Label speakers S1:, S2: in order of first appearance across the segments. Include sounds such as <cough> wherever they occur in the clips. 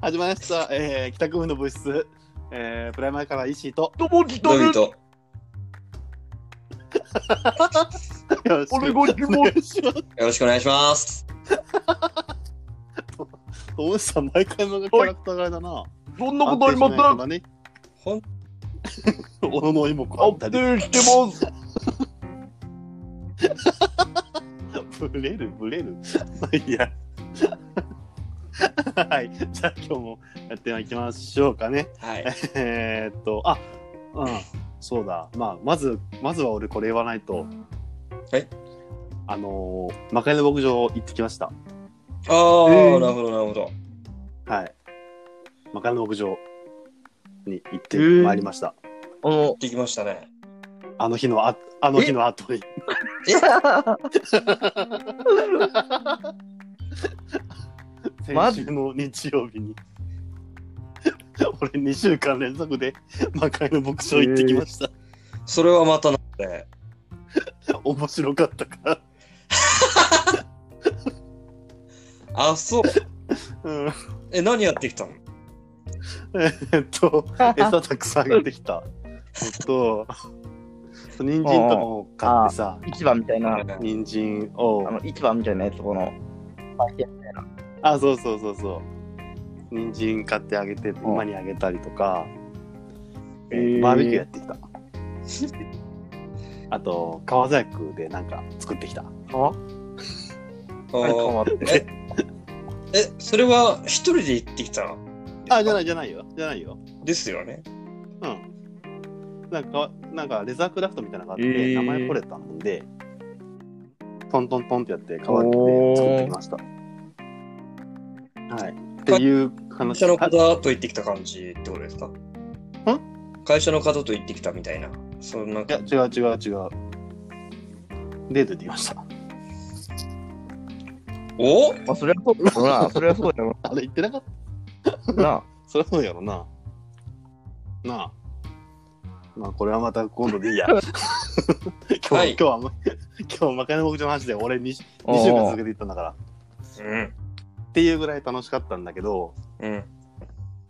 S1: 始まりました、えー、帰宅部の部室、えー、プライマーカラー石井 <laughs> と
S2: ともきと
S3: ド
S2: る
S3: ビ。と。
S1: よろしく
S2: 俺ご注文
S1: お願いします
S3: よろしくお願いします。
S1: おもさん毎回のキャラクターがあれだな
S2: そんなことありません。
S1: 安定しない
S3: ほん
S1: 子だね小野の妹子あ
S2: 安
S1: ったり
S2: 定してます。
S1: ブレるブレるま <laughs> あいいやはいじゃあ今日もやっていきましょうかね
S3: はい。
S1: えーっとあうんそうだまあまずまずは俺これ言わないと
S3: はい
S1: あのー、魔界の牧場行ってきました
S3: ああ、
S2: えー
S3: なるほど、なるほど。
S1: はい。マカロンの牧場に行って
S2: えー
S1: まいりました。
S2: あの、
S3: できましたね。
S1: あの日のあ、あの日の後に。
S2: マ
S1: <laughs>
S2: ジ
S1: 先週の日曜日に。俺2週間連続で魔界の牧場行ってきました。
S3: それはまたなんで。
S1: 面白かったから。
S3: あ、そ
S1: う
S3: う。
S1: ん、え
S3: え、何やってきたの
S1: っと、餌たくさん出てきた。えっと、人参とかも買ってさ、
S4: 市場みたいな、
S1: 人参を
S4: あ。の市場みたいなやつ、この、
S1: あ、そうそうそうそう。人参買ってあげて、馬にあげたりとか、えー
S4: へー
S1: バーベキューやってきた。 <laughs> あと、川細工でなんか作ってきた。
S4: あれ
S3: あ
S4: わってる。
S3: ーえ、それは一人で行ってきたの
S1: あ、じゃない、じゃないよ。じゃないよ。
S3: ですよね。
S1: うん。なんか、なんかレザークラフトみたいなのがあって、
S4: へ
S1: 名
S4: ー
S1: 前これたもんで、トントントンってやって、川で作ってきました。はい。っていう
S3: 会
S1: 話
S3: 社の方と行ってきた感じってことですか会社の方と行ってきたみたいな。そんない
S1: や、違う違う違う。デートできました。
S3: お
S4: まあ、それはそうだろうな、それはそうだろ
S1: あれ言ってなかった
S4: うな。
S1: そりゃそうやろな。なあ。まあ、これはまた <laughs> 今度でいいや。今日、
S3: はい
S1: 今日はあんま、今日、魔界の牧場の話で俺 2, 二週
S4: おうおう
S1: 間続けていったんだから。
S3: うん。
S1: っていうぐらい楽しかったんだけど、
S3: うん。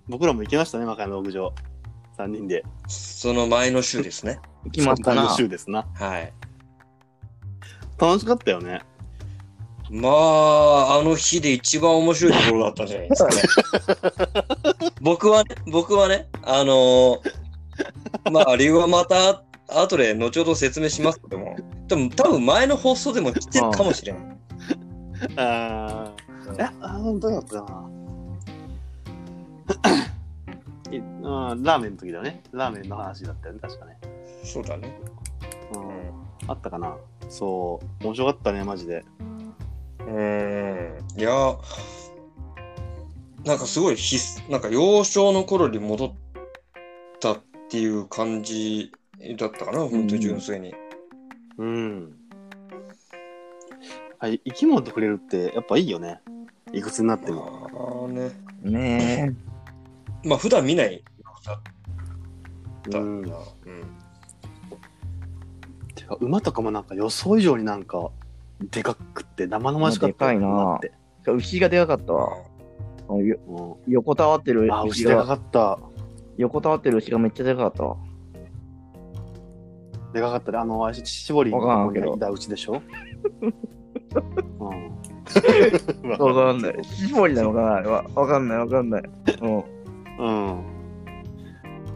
S1: 僕らも行きましたね、魔界の牧場。3人で。
S3: その前の週ですね。
S4: 行きました
S1: そん
S4: な。
S1: の週ですな。
S3: はい。
S1: 楽しかったよね。
S3: まあ、あの日で一番面白いところだったんじゃないですかね。僕はね、僕はね、あのーまあ、理由はまた後で後ほど説明しますけども、でも多分前の放送でも来てるかもしれない。
S1: あーえ、あー、どうだったかな。 <coughs> えうんラーメンの時だね。ラーメンの話だったよね、確かね。
S3: そうだね。
S1: う
S3: うんん。
S1: あったかなそう面白かったねマジで
S3: いや、なんかすごいひなんか幼少の頃に戻ったっていう感じだったかな、本当に純粋に。
S1: うんはい生き物と触れるってやっぱいいよねいくつになっても
S3: まあね、
S4: ね
S3: まあ普段見ないだっ
S1: う
S3: たな。
S1: ん
S3: うん
S1: てか馬とかもなんか予想以上になんかでかくって生々しかったよ
S4: まあ
S1: 馬って
S4: え。牛がでかかったわ。あのよ
S1: う
S4: 横たわってる
S1: ん、あ牛
S4: 牛
S1: でか
S4: が、
S1: かった
S4: 横たわってる牛がめっちゃでかかったわ。
S1: でかかったであのあれ絞りのとこにいた牛でし
S4: <laughs>
S1: ょうん
S4: <laughs> わかんない。シボリなのかなあれは。わかんない、わかんない。うん。
S1: うん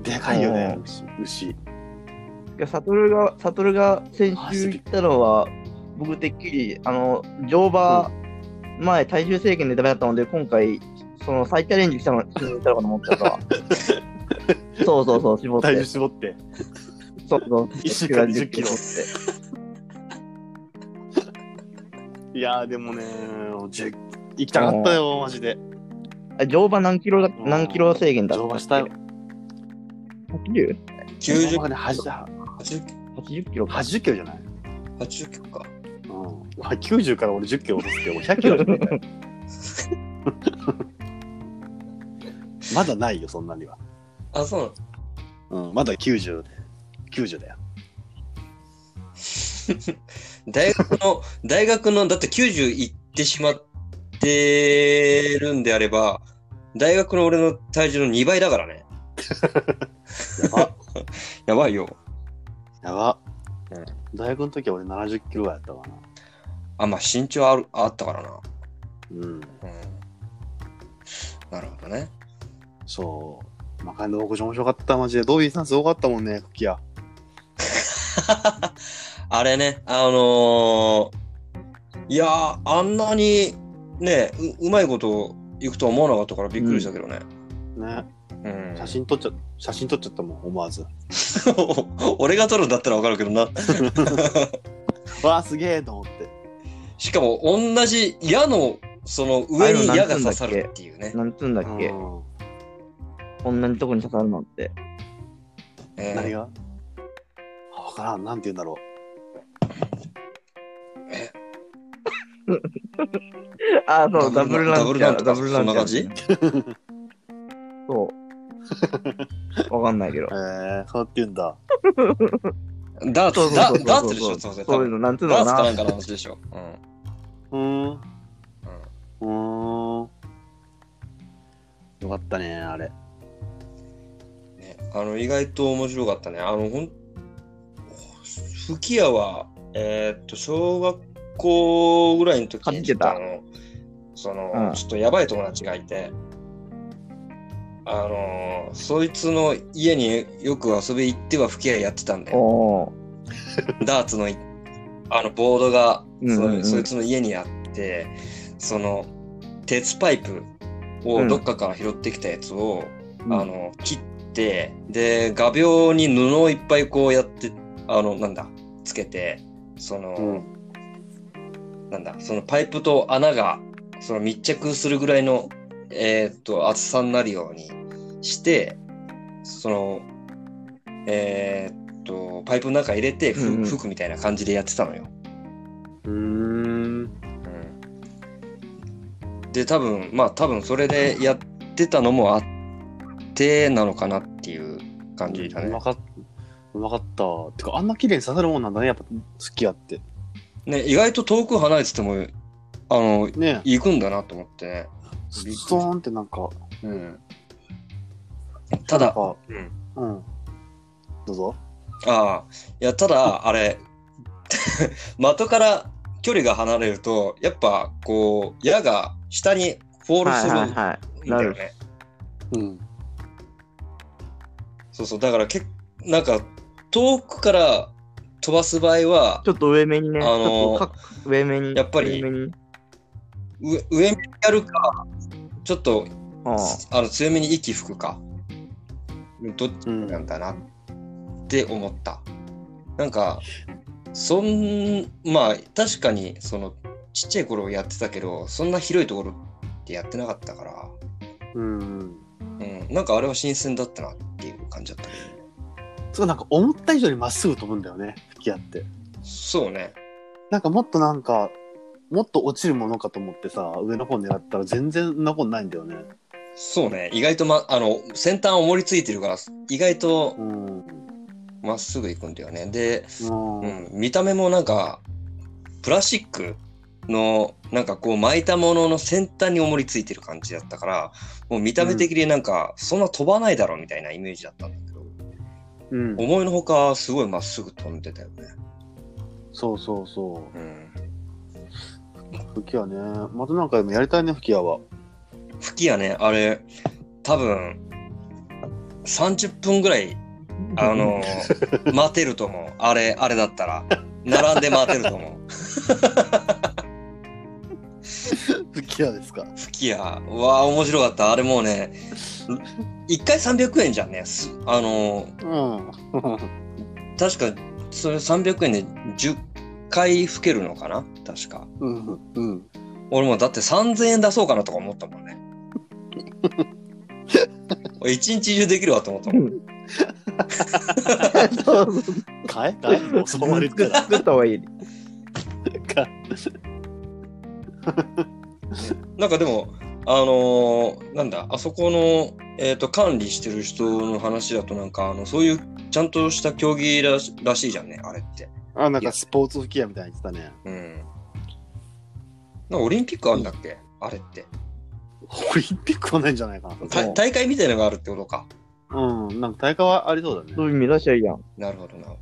S1: でかいよね牛牛
S4: いや、サトルが、サトルが先
S1: あす
S4: 週
S1: げえ
S4: 行ったのは、僕てっきり、あの、乗馬、前、体重制限でダメだったので、今回、その再チャレンジしたの、しに行ったのかと思っちゃっ
S1: <laughs>
S4: たわ。そうそうそう、絞って
S1: 体重。絞って
S4: そうそう。
S1: 1週間10キロ
S4: って。
S1: いやーでもね10行きたかったよマジで
S4: あ乗馬何キロだ
S1: うん
S4: 何キロ制限だ
S1: 乗馬したよ
S4: 80?80
S1: 乗
S3: 90
S1: 馬がね80
S4: キロか。
S1: 80キロじゃない、
S3: 80曲か。
S1: うん、まあ90から俺10キロ落とすけど俺100キロじゃない <laughs> からまだないよそんなには、
S3: あ、そうなの
S1: うん、まだ90で90だよ
S3: 大学の、大学の、だって90行ってしまってるんであれば、大学の俺の体重の2倍だからね。
S1: やば。
S3: <laughs> やばいよ。
S1: やば
S3: うん。
S1: 大学の時は俺70キロぐらいやったかな。
S3: あ、まあ身長あるあったからな。
S1: うん。
S3: うん。なるほどね。
S1: そう。魔界の牧場面白かった、マジで。ドビーさんすごかったもんね、クッキーや。
S3: あれね、あのー、いやー、あんなにね、ううまいこといくとは思わなかったからびっくりしたけどね。
S1: ね。
S3: うん。
S1: 写真撮っちゃ、写真撮っちゃったもん、思わず。
S3: <laughs> 俺が撮るんだったらわかるけどな。
S1: わあ、すげえと思って。
S3: しかも同じ矢の、その上に矢が刺さるっていうね。
S4: なんつうんだっけ、
S1: うん
S4: こんなにとこに刺さるなんて。
S3: えー
S1: 何があわからん、なんて言うんだろ
S4: あ、そう、ダブルランチャー。
S3: ダ
S4: ダ
S3: ブ
S4: ブル
S3: ルラ
S4: ラ
S3: ン
S4: ン
S3: チ
S4: チ
S3: ャー
S4: ャー。
S3: そんな
S4: そう。
S1: <laughs>
S4: わかんないけど
S1: う。。えー、そうやって言うんだ。
S3: ダー
S4: そうそう
S3: ツ、ダ
S4: そうそう
S3: ダーツでしょ、すいません。
S4: そういうの、なんつう
S3: ダー
S4: の
S3: ツか
S4: か
S3: な。
S4: なん
S3: かの話でしょ。う
S1: う
S3: ん。
S1: ーん。うーん。よかったね、あれ。
S3: ね、あの意外と面白かったね。あのほん吹き矢は、えーっと小学校ぐらいの時
S4: 買
S3: に
S4: ってた
S3: ちょっとあのその、
S4: うん
S3: ちょっとやばい友達がいて、あのそいつの家によく遊び行っては吹き矢やってたんだよ。
S4: おー
S3: ダーツのいあのボードがそ,、
S4: うんうんうん
S3: そいつの家にあってその鉄パイプをどっかから拾ってきたやつを、
S4: うん
S3: あの切ってで画鋲に布をいっぱいこうやってあのなんだつけてその、
S1: うん。
S3: なんだそのパイプと穴がその密着するぐらいの、えーっと厚さになるようにしてそのえーっとパイプの中入れて
S4: うんう
S3: ふ
S4: ん
S3: 吹くみたいな感じでやってたのよ。
S1: うーん。
S3: で多分まあ多分それでやってたのもあってなのかなっていう感じだ
S1: う
S3: ね
S1: ま。かった。うまかった。てか、あんな綺麗に刺さるもんなんだね、やっぱ、好きやって。
S3: ね意外と遠く離れててもあの
S1: ね
S3: 行くんだなと思ってね。
S1: ス
S3: びっくり
S1: トーンってなんか、
S3: うん、た
S1: なん
S3: だ
S1: か、
S3: うん
S1: うん。どうぞ。
S3: ああいやただあれ <laughs> 的から距離が離れるとやっぱこう矢が下にフォールする
S4: はい
S3: ん
S4: はいはい。
S3: だ
S4: な
S3: よ
S4: る。
S3: ね。
S1: うん。
S3: そうそうだからけなんか遠くから飛ばす場合は
S4: ちょっと上目にね、
S3: あ
S4: ち
S3: のー
S4: ょっとか上目に。
S3: やっぱり
S4: 上目に。
S3: 上上にやるかちょっと
S4: あー
S3: あの強めに息吹くかどっち
S1: うん
S3: なんだなって思った。なんか、そん、まあ、確かに、その、ちっちゃい頃やってたけど、そんな広いところってやってなかったから、
S1: うん。
S3: うん、なんかあれは新鮮だったなっていう感じだったけど、
S1: そうなんか思った以上にまっすぐ飛ぶんだよね、吹き合って。
S3: そうね。
S1: なんかもっとなんか、もっと落ちるものかと思ってさ、上の方狙ったら全然そんなことないんだよね。
S3: そうね。意外と、ま、あの、先端重りついてるから、意外と
S1: うん。
S3: まっすぐ行くんだよね。で、
S1: うん。う。
S3: うんん、見た目もなんかプラスチックのなんかこう巻いたものの先端に重りついてる感じだったからもう見た目的になんかそんな飛ばないだろうみたいなイメージだったんだけど、思いのほかすごいまっすぐ飛んでたよね。
S1: そうそうそ
S3: うん、
S1: う。吹き矢ね。またなんかでもやりたいね、吹き矢は。
S3: 吹き矢ねあれ多分30分ぐらいあの <laughs> 待てると思うあれあれだったら並んで待てると思う。
S1: 吹き矢ですか。
S3: 吹き矢わあ面白かったあれもうね1回300円じゃんねすあのー
S1: うん。
S3: 確かそれ300円で10回吹けるのかな確か
S1: うん。うん。
S3: 俺もだって3000円出そうかなとか思ったもんね <laughs> 俺一日中できるわと思ったもん
S4: そうそう
S1: 変えたいもうそこまで言ったら。
S4: 作った方がいい。
S3: なんかでもあのーなんだあそこの、えー、と管理してる人の話だとなんかあのそういうちゃんとした競技らしらしいじゃんねあれって
S1: <laughs> あ、なんかスポーツ吹き矢みたいに言ってたね。
S3: うんなんかオリンピックあるんだっけあれって。
S1: オリンピックはないんじゃないか
S3: た大会みたいなのがあるってことか。
S1: な。うん、なんか大会はありそうだ
S4: そ
S1: ね。
S4: ういう目指しちゃいいやん。
S3: なるほどな。も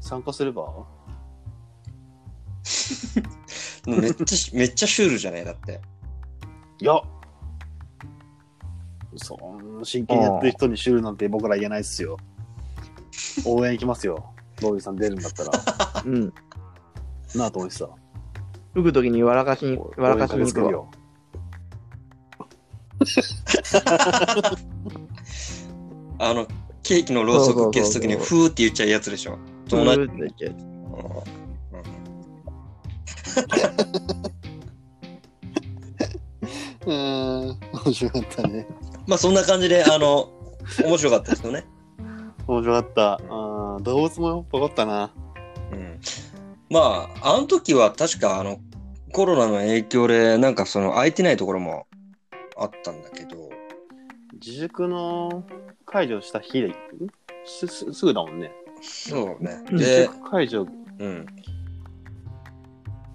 S1: 参加すれば
S3: うめっちゃし、め <laughs> っちゃシュールじゃないだって。
S1: いや、そん真剣にやってる人にシュールなんて僕ら言えないっす <laughs> よ。応援行きますよ。ロビーさん出るんだったら。
S4: うん。
S1: なあと思ってた。
S4: 吹くときに笑かしに、
S1: 応
S4: 笑
S1: 援
S4: かし
S1: 駆け
S4: に
S1: つ
S4: 行く
S1: ける
S4: わ。
S1: よ。
S3: あの、ケーキのろうそく消すときに
S4: そう
S3: ふーって言っちゃうやつでしょ。
S4: う
S3: 友達。
S4: ーって言っちゃうやつ
S3: うん
S1: うーん、面白かったね。
S3: まあそんな感じで、あの、 <laughs> 面白かったですよね。
S1: 面白かった。あー動物もよっぱかったな。
S3: うんまあ、あの時は確かあのコロナの影響で、なんかその空いてないところもあったんだけど、
S1: 自粛の解除した日で、んすすすぐだもんね。
S3: そうね。
S4: うん
S1: 自
S3: で、
S1: 粛解除、
S3: うん。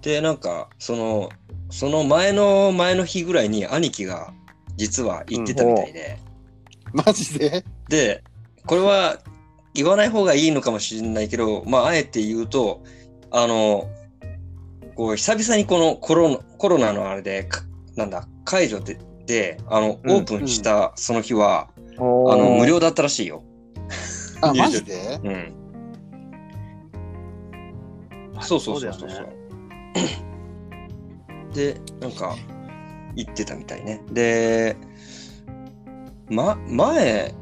S3: で、なんか、その、その前の前の日ぐらいに兄貴が実は行ってたみたいで、
S1: マジで
S3: で、これは言わない方がいいのかもしれないけど、まあ、あえて言うと、あの、こう、久々にこのコロナコロナのあれで、かなんだ、解除で、で、あの、
S4: うん
S3: オープンしたその日は、
S4: おー
S3: あの、無料だったらしいよ。
S1: あ、
S3: 入場
S1: マジで
S3: うん。そうそうそうそ
S1: そう
S3: う
S1: だ
S3: そう
S1: よ。
S3: で、なんか、行ってたみたいね。で、ま、前、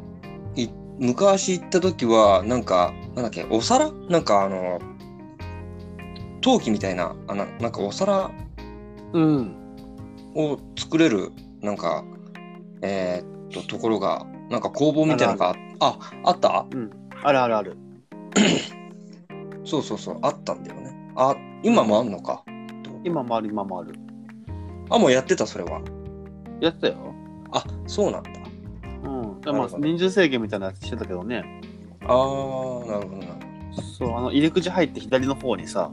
S3: い昔行った時は、なんか、なんだっけ、お皿なんかあの、陶器みたいな、あななんかお皿
S1: うん。
S3: を作れる、なんか、えーっと、ところが、なんか工房みたいなのがあ、あ、あった
S1: あるあるある。
S3: そうそうそう、あったんだよね。あ、今もあんのか。
S1: 今もある、今もある。
S3: あ、もうやってた、それは。
S1: やってたよ。
S3: あ、そうなんだ。
S1: うん。で
S3: な
S1: ま
S3: る
S1: あ
S3: ほど
S1: 人数制限みたいなのしてたけどね。
S3: あー、なるほどな。
S1: そう、あの、入り口入って左の方にさ、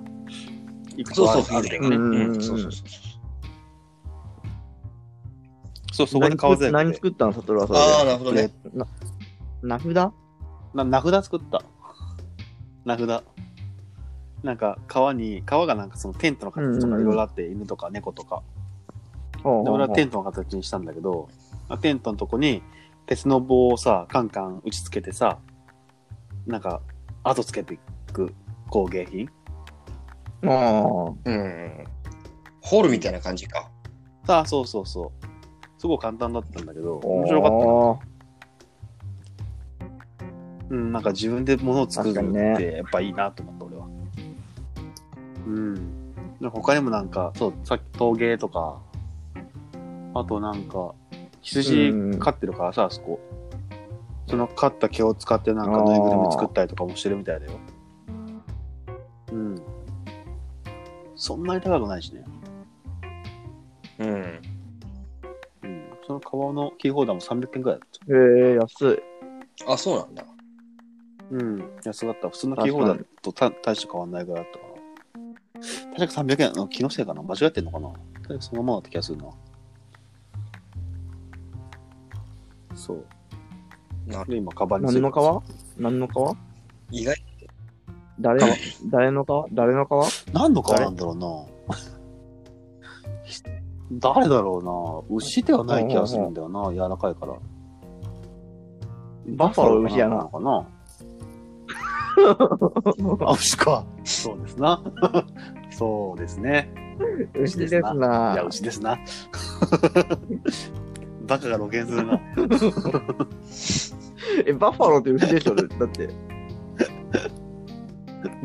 S1: 行く
S3: そうそう、
S1: あ
S3: フ
S1: る
S3: ィールデ
S1: よ
S3: ンがね。
S1: ね。
S4: うんうんうん
S3: うんそうそうそうそう。
S1: そう、そこに顔全
S4: 何
S1: 部。
S4: 作ったの、サトルはそれで。
S3: あー、なるほどね。
S4: 名札
S1: な名札作った。名札。なんか、川に、川がなんかそのテントの形と
S4: うんうん
S1: か
S4: うん
S1: いろいろあって、犬とか猫とか。
S4: ほう
S1: で、
S4: ほうほ
S1: 俺
S4: う
S1: はテントの形にしたんだけど、あテントのとこに、鉄の棒をさ、カンカン打ちつけてさ、なんか、後つけていく工芸品。
S4: あ
S3: うんうん。ホールみたいな感じか。
S1: あ、そうそうそう。すごい簡単だったんだけど、
S4: あ。
S1: 面白かったな。
S4: っ
S1: うん、なんか自分で物を作る
S4: 確
S1: っ
S4: かに
S1: てやっぱいいなと思った、俺は。うん。で他にもなんか、そう、さっき陶芸とか、あとなんか、羊
S4: うん。
S1: 飼ってるからさ、あそこ。その飼った毛を使ってなんかぬいぐるみ作ったりとかもしてるみたいだよ。うん。そんなに高くないしね。
S3: うん。
S1: うん。その革のキーホルダーも300円くらいだった
S4: へえ、安い。
S3: あ、そうなんだ。
S1: た。うん。安かった。普通のキーホルダーとた大して変わんないぐらいだったかな。確か300円の気のせいかな間違ってんのかな確かそのままだった気がするな。そう。
S3: な
S1: で、今、カバンに
S4: 何の
S1: 革
S4: 皮何の皮
S3: 意外
S4: 誰
S3: <laughs>
S4: 誰の皮誰の皮
S1: 何の革なん <laughs> だろうなひ誰だろうな牛ではない気がするんだよな、柔らかいから。
S4: バッファロー牛や
S1: な
S4: な
S1: の。かな
S4: <laughs>
S1: あ、牛か。そうですな。 <laughs> そうですね。
S4: 牛ですない
S1: や、。牛ですな。 <laughs> バカが露見するな。
S4: <laughs> え、バッファローって牛でしょだって。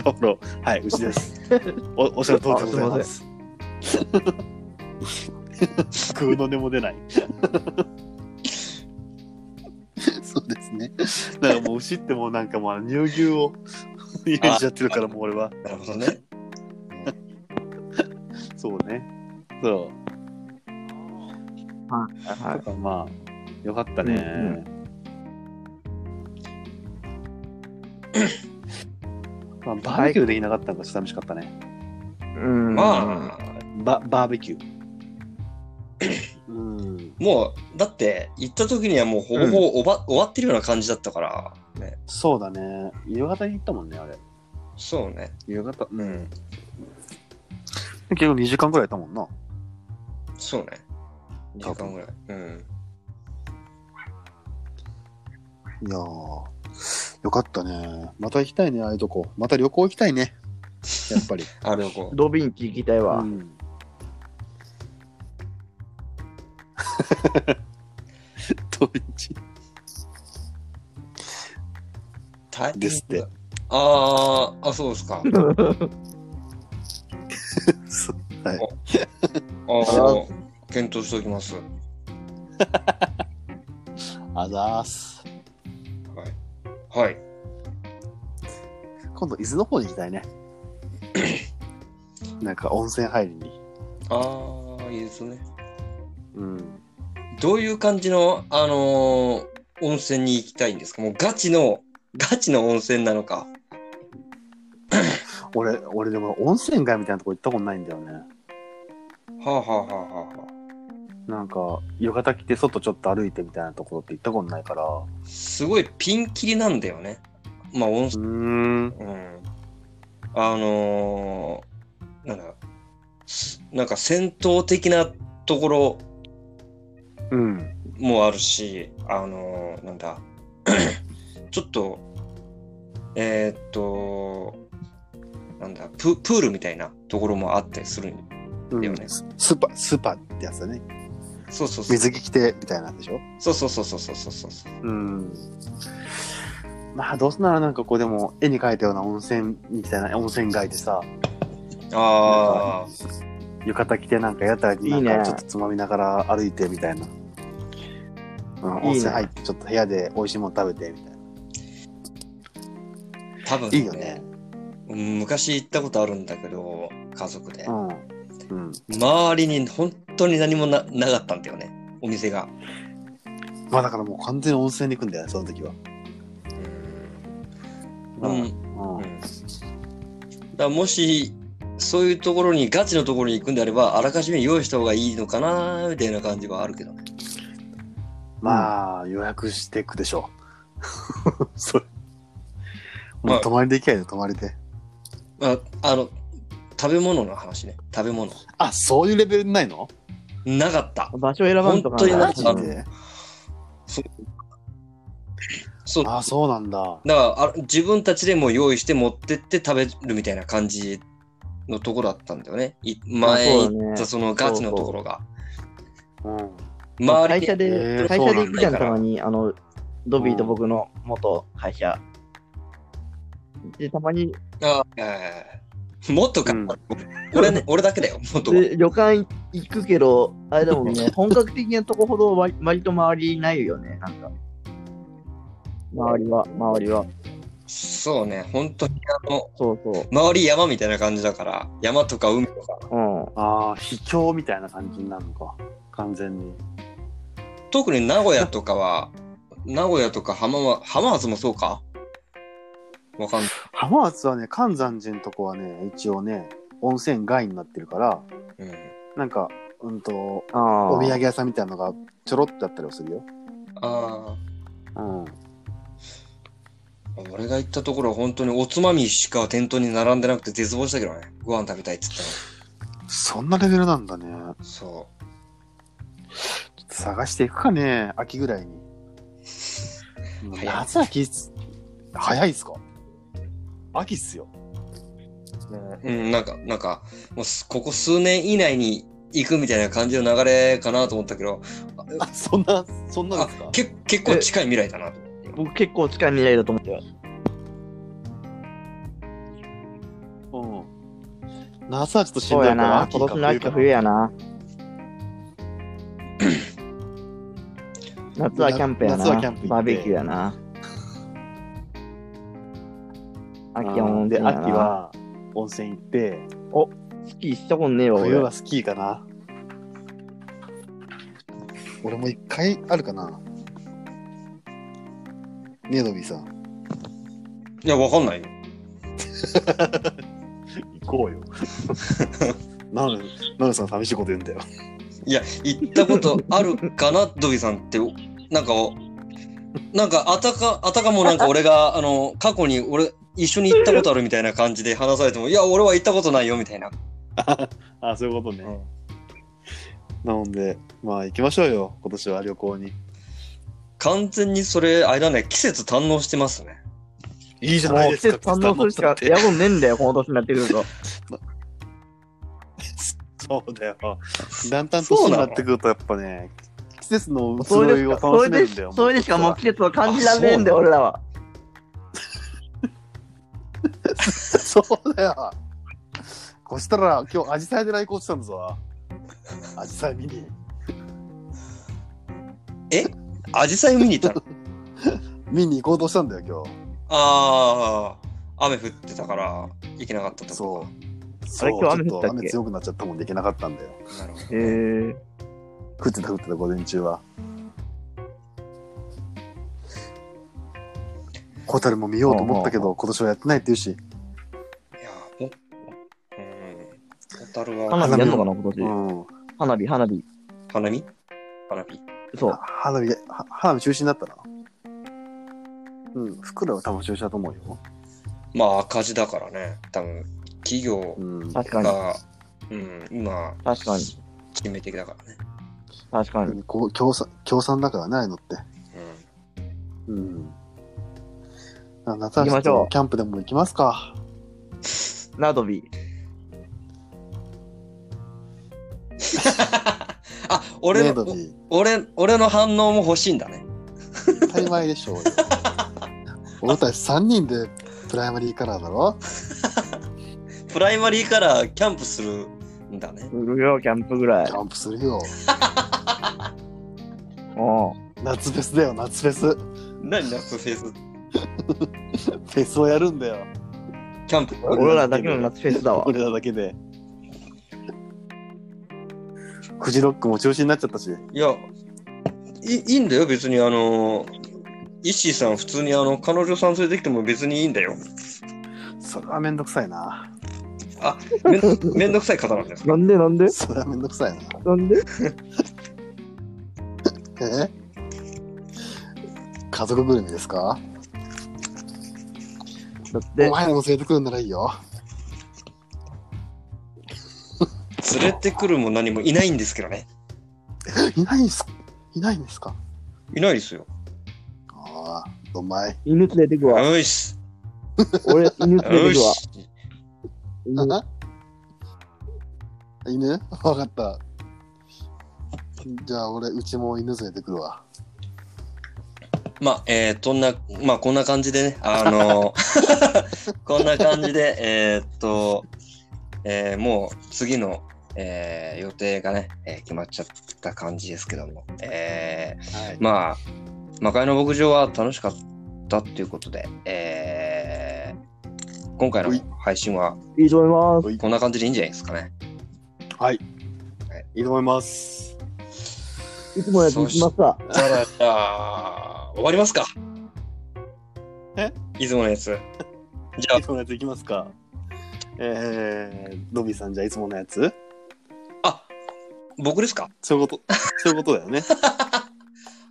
S1: バフロー、はい、牛です。お、おっしゃる通りでございます。空の根も出ない。そうですね。だからもう牛ってもうなんかもう乳牛をイメージしちゃってるからもう俺は。
S3: なるほどね。
S1: そうね。そう。
S4: は
S1: だからまあ、よかったね。
S4: うんう
S1: まあ、バーベキューできなかったのがちょっと寂しかったね。
S4: い。うん。
S3: まあ、
S1: ババーベキュー。うん。うん。
S3: もう、だって、行った時にはもうほぼほぼおば、終わってるような感じだったから、ね。
S1: そうだね。夕方に行ったもんね、あれ。
S3: そうね。
S1: 夕方。う。
S3: うんん。
S1: 結局2時間くらいいたもんな。
S3: そうね。2
S1: 多分
S3: 時間ぐらい。うん。
S1: いやー。よかったね。また行きたいね、ああいうとこ。また旅行行きたいね。やっぱり。
S3: あれをこう。
S4: ドビンチ行きたいわ。
S1: <laughs> うん。 <laughs> ドビンチ。
S3: タイミング
S1: ですって。
S3: あー、あ、そうですか。
S1: そう
S3: ああ、検討しておきます。はい。
S1: あざーす。
S3: はい。
S1: 今度、伊豆の方に行きたい <laughs> ね。なんか温泉入りに。
S3: ああ、いいですね。
S1: うん。
S3: どういう感じの、あのー温泉に行きたいんですかもうガチの、ガチの温泉なのか。
S1: 俺、俺でも温泉街みたいなとこ行ったことないんだよね。
S3: はあはあはあはあは
S1: なんか、浴衣着て外ちょっと歩いてみたいなところって行ったことないから。う
S3: あ。すごいピンキリなんだよね。まあ温
S1: ー
S3: 泉、
S1: ん。
S3: うん。あのーなんだ、すなんか戦闘的なところ
S1: うん。
S3: もあるし、あのーなんだ、 <clears throat> ちょっと、えーっと、なんだプ、プールみたいなところもあったりするん
S1: うん
S3: だよね。
S1: ススーパー、スーパーってやつだね。
S3: そうそうそう。
S1: 水着着てみたいなんでしょ
S3: そうそうそうそうそうそうそう。
S1: うん。まあ、どうせならなんかこうでも、絵に描いたような温泉みたいな温泉街でさ、
S3: あ
S1: 浴衣着てなんか屋台になん
S4: いい
S1: か
S4: ね
S1: ちょっとつまみながら歩いてみたいな。うん、
S4: いいね
S1: 温泉入ってちょっと部屋で美味しいもの食べてみたいな。
S3: あ、多分、
S1: いいよね。
S3: うん昔行ったことあるんだけど、家族で。
S1: うん。うん。
S3: 周りに本当に何もななかったんだよね、お店が。
S1: まあだからもう完全に温泉に行くんだよね、その時は。う
S3: う
S1: ん
S3: ん。
S1: うん。
S3: だからもしそういうところにガチのところに行くんであればあらかじめ用意した方がいいのかなみたいな感じはあるけどね
S1: まあ、予約していくでしょう。 <laughs> それ。
S3: ま
S1: も
S3: あ
S1: う泊まりで行きゃいいよ、泊まりで。
S3: ああの食べ物の話ね食べ物
S1: あ、そういうレベルないの
S3: なかった
S4: 場所選ばんとか
S3: 本当にな
S1: マ
S3: い
S1: ジで
S3: そうだか
S1: あ、そうなんだ。
S3: らあ自分たちでもう用意して持ってって食べるみたいな感じのとこだったんだよねい前
S4: そうだね
S3: 行ったそのガチのところが、
S1: うん。
S3: 周
S4: 会
S3: りに
S4: 社
S1: へ
S4: で
S1: ー、
S4: 会社で行くじゃ
S3: そ
S4: ん、
S3: うなんだ
S4: たまに。あの、ドビーと僕の元会社。で、たまに、
S3: あえーもっとか、
S1: うん
S3: 俺ね俺だけだよもっとは
S4: で旅館行くけど、あれだもん
S3: <laughs>
S4: ね、本格的なとこほど割割と周りないよね、なんか。周りは、周りは。
S3: そうね本当にあの
S4: そうそう。
S3: 周り山みたいな感じだから山とか海とか
S4: うん。
S1: ああ、秘境みたいな感じになるのか。完全に。
S3: 特に名古屋とかは名古屋とか浜は浜松もそうかわかんない
S1: 浜松はね、関山寺のとこはね、一応ね、温泉街になってるから、、
S3: うん、
S1: なんか、うんと、
S4: あ
S1: お土
S4: あ
S1: 産屋さんみたいなのがちょろっとあったりはするよ。
S3: あ
S1: うん。
S3: あ俺が行ったところは本当におつまみしか店頭に並んでなくて絶望したけどねご飯食べたいっつった
S1: そんなレベルなんだね。
S3: のそう
S1: ちょっと探していくかね、秋ぐらいに。もう
S3: 早い
S1: 夏秋っす、早いっすか秋っすよ。
S3: うんなんかなんかもうすここ数年以内に行くみたいな感じの流れかなと思ったけど
S1: あ、 <laughs> そんな、そんな
S3: あ
S1: ですか
S3: け結構近い未来だなと
S4: 僕結構近い未来だと思ってよ。
S1: うん。夏はちょっとしん
S4: そ
S1: ど
S4: う
S1: い
S4: や
S1: から、
S4: な。
S1: 秋
S4: 今
S1: か
S4: 年の秋
S1: か
S4: か冬やな。
S1: <clears throat>
S4: 夏はキャンプやな。
S1: 夏はキャンプ行って
S4: バーベキューやな。秋は
S1: う
S4: も
S1: ん
S4: う
S1: で、秋、は温泉行って、
S4: スキーしたことねえわ、
S1: 冬
S4: 俺。
S1: はスキーかな。俺も一回あるかな。ねえ、のびさん。
S3: いやわかんないよ
S1: <laughs> 行こうよ。なる、なるさん寂しいこと言うんだよ。
S3: いや、行ったことあるかな、ドビさんって、なんか、なんか、あたか、あたかも
S4: <laughs>
S3: なんか俺が、あの、過去に俺、一緒に行ったことあるみたいな感じで話されても、いや、俺は行ったことないよ、みたいな。
S1: あ、そういうことね。
S3: うん
S1: なので、まあ行きましょうよ、今年は旅行に。
S3: 完全にそれ、あれだね、季節堪能してますね。
S1: いいじゃな
S4: も
S1: いうで
S4: 季
S1: す
S4: 節
S1: か。
S4: 堪能するしかやもんねえんだよ、この年になってく
S1: <laughs>
S4: ると。
S1: そうだよ。だんだん年になってくると、やっぱね、季節の移
S4: それ
S1: ろ
S4: で
S1: い
S4: し
S1: を
S4: か
S1: 楽し
S4: それ
S1: め
S4: で
S1: るんだよ。
S4: それでしかもう
S1: う
S4: 季節を感じられねえんだよ、俺らは。
S1: そうだよ。こうしたら、今日、アジサイで来航したんだぞ。アジサイ見に。
S3: アジサイ見に
S4: <laughs>
S3: 行ったの。
S1: 見に行こうとしたんだよ、
S3: ああ、雨降ってたから、行けなかっ
S1: 今
S3: たと
S1: 日。
S3: か。
S1: そう。
S4: あれ
S1: そう
S4: 今日雨
S1: ちょ
S4: 降った
S1: と
S4: っけ
S1: 雨強くなっちゃったもんできなかったんだよ。
S3: なるほど
S4: えー、
S1: 降ってた降ってた、午前中は。ホタルも見ようと思ったけど、今年はやってないっていうし。
S3: いや、もうん。ホタルは
S4: 花火やんのかな、今
S1: う
S4: 年。
S1: ん。
S4: 花火、花火。
S3: 花見花見
S4: そう。
S1: 花火、は花火中止になったな。うん、福良は多分中止だと思うよ。
S3: まあ赤字だからね、多分企業
S1: うん。
S4: 確かに。
S3: が、うん、今、
S4: 確かに。
S3: 決め的だからね。
S4: 確かに。
S1: こう共産、共産だからね、ああいうのって。
S3: う
S1: うん。あ夏
S4: 行きま
S1: 休
S4: しょ
S1: み
S4: う
S1: キャンプでも行きますか。
S4: ナドビ。
S3: ん、あ、俺
S1: ね
S3: の、俺、俺の反応も欲しいんだね。
S1: 当たり前でし
S4: <laughs>
S1: ょうよ。俺たち3人でプライマリーカラーだろ
S3: プライマリーからキャンプするんだね。
S4: うるよ、キャンプぐらい
S1: キ。ャンプするよ。
S4: お
S1: 夏フェスだよ、夏フェス。
S3: 何だ、フェス。
S1: フェスをやるんだよ。
S3: キャンプ。
S4: う俺らだけの夏フェスだわ。
S1: 俺らだけで。フジロックも中止になっちゃったし。
S3: いや、いいいんだよ、別にあの、石井さん、普通にあの、彼女さん連れてきても別にいいんだよ。
S1: それはめんどくさいな。
S3: めん <laughs> めんどくさい方なんですか
S4: なんでなんで
S1: それはめんどくさいな。
S4: なんで
S1: え家族ぐるみですか
S4: だっ
S1: お
S4: て、
S1: 前らも連れてくるんならいいよ。
S3: 連れてくるも何もいないんですけどね。
S1: いないんすいないんですか
S3: いないですよ。
S1: ああ、お前。
S4: 犬連れてくわ。
S3: よし。
S4: 俺、犬連れ
S3: よ
S4: てくわ。
S3: し。
S4: 犬
S1: 犬わかった。じゃあ俺、うちも犬連れてくるわ。
S3: まあ、えー、どんな、まあ、こんな感じでね、あのーこんな感じで、えーっと、えーもう次の、えー予定がね、えー決まっちゃった感じですけども、え
S1: はい
S3: ー、まあ、魔界の牧場は楽しかったっていうことで、えー今回の配信はい
S4: いと思います。
S3: こんな感じでいいんじゃないですかね。
S1: いいと思います。
S4: いつもやっていきますわ。
S3: じゃあ、終わりますか。
S1: え
S3: いつものやつ。じゃ
S1: <laughs>
S3: あ
S1: いつものやついきますか。えー、ドビーさんじゃあいつものやつ、
S3: あ僕ですか
S1: そういうこと、 <laughs> そういうことだよね。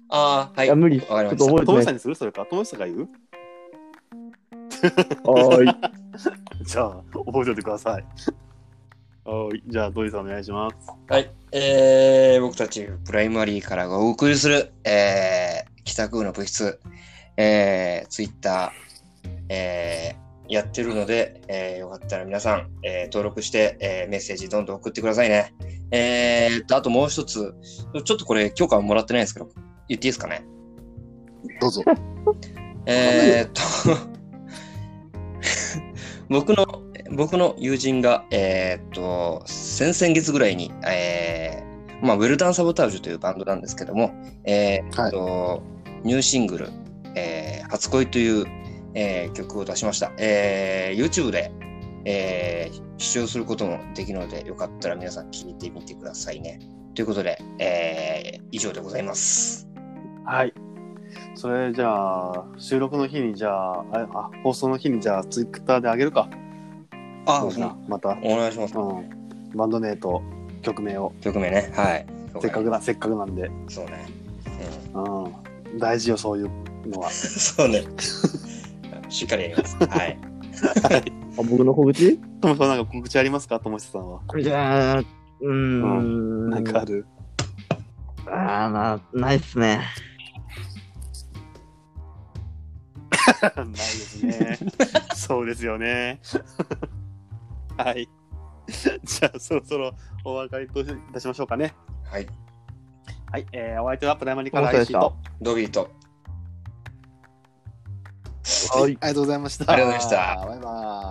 S3: ああ、はいい。
S4: や、無理。ち
S3: わか
S4: ょ
S3: りま
S4: っ
S3: し
S4: と
S3: た。
S4: 覚え
S1: 友達
S4: てな
S1: さ
S4: い。
S1: んにするそれか。友達さんが言う
S4: はーい。
S1: じゃあ、覚えておいてください。 <laughs> はい。じゃあ、ドビーさんお願いします。
S3: はい、えー僕たちプライマリーからお送りする、えー、帰宅部の部室、えー、ツイッター、えー、やってるので、えー、よかったら皆さん、えー登録して、えーメッセージどんどん送ってくださいね。えー、とあともう一つ、ちょっとこれ許可はもらってないんですけど、言っていいですかね。
S1: どうぞ。
S3: えー、っと、 <laughs> 僕の、僕の友人が、えーっと、先々月ぐらいに、えーまあ、ウェルダン・サボタージュというバンドなんですけども、えーっと、ニューシングル、えー初恋という、えー曲を出しました。えー YouTube で、えー視聴することもできるので、よかったら皆さん聞いてみてくださいね。ということで、えー以上でございます。
S1: はい。それじゃあ、収録の日に、じゃあ、ああ放送の日に、じゃあ、ツイッターであげるか。
S3: あ
S1: ドビーさんまた、
S3: お願いします。
S1: うん。バンド名と曲名を。
S3: 曲名ね。はい。
S1: せっかくな、せっかくなんで。
S3: そうね。うん
S1: うん。大事よ、そういうのは。
S3: <laughs> そうね。しっかりやります。はい。
S4: 僕の小口
S1: ともさん、なんか告知ありますかともしさんは。
S4: じゃあ、うーん。
S1: なんかある。
S4: ああ、まあ、ないっすね。
S1: ないですね。そうですよね。はい。じゃあ、そろそろお別れといたしましょうかね。
S3: はい。
S1: はい。えー、お相手はプライマリカラー石井と。
S3: ドビーと。
S1: はい。ありがとうございました。
S3: ありがとうございました
S1: バイバイ。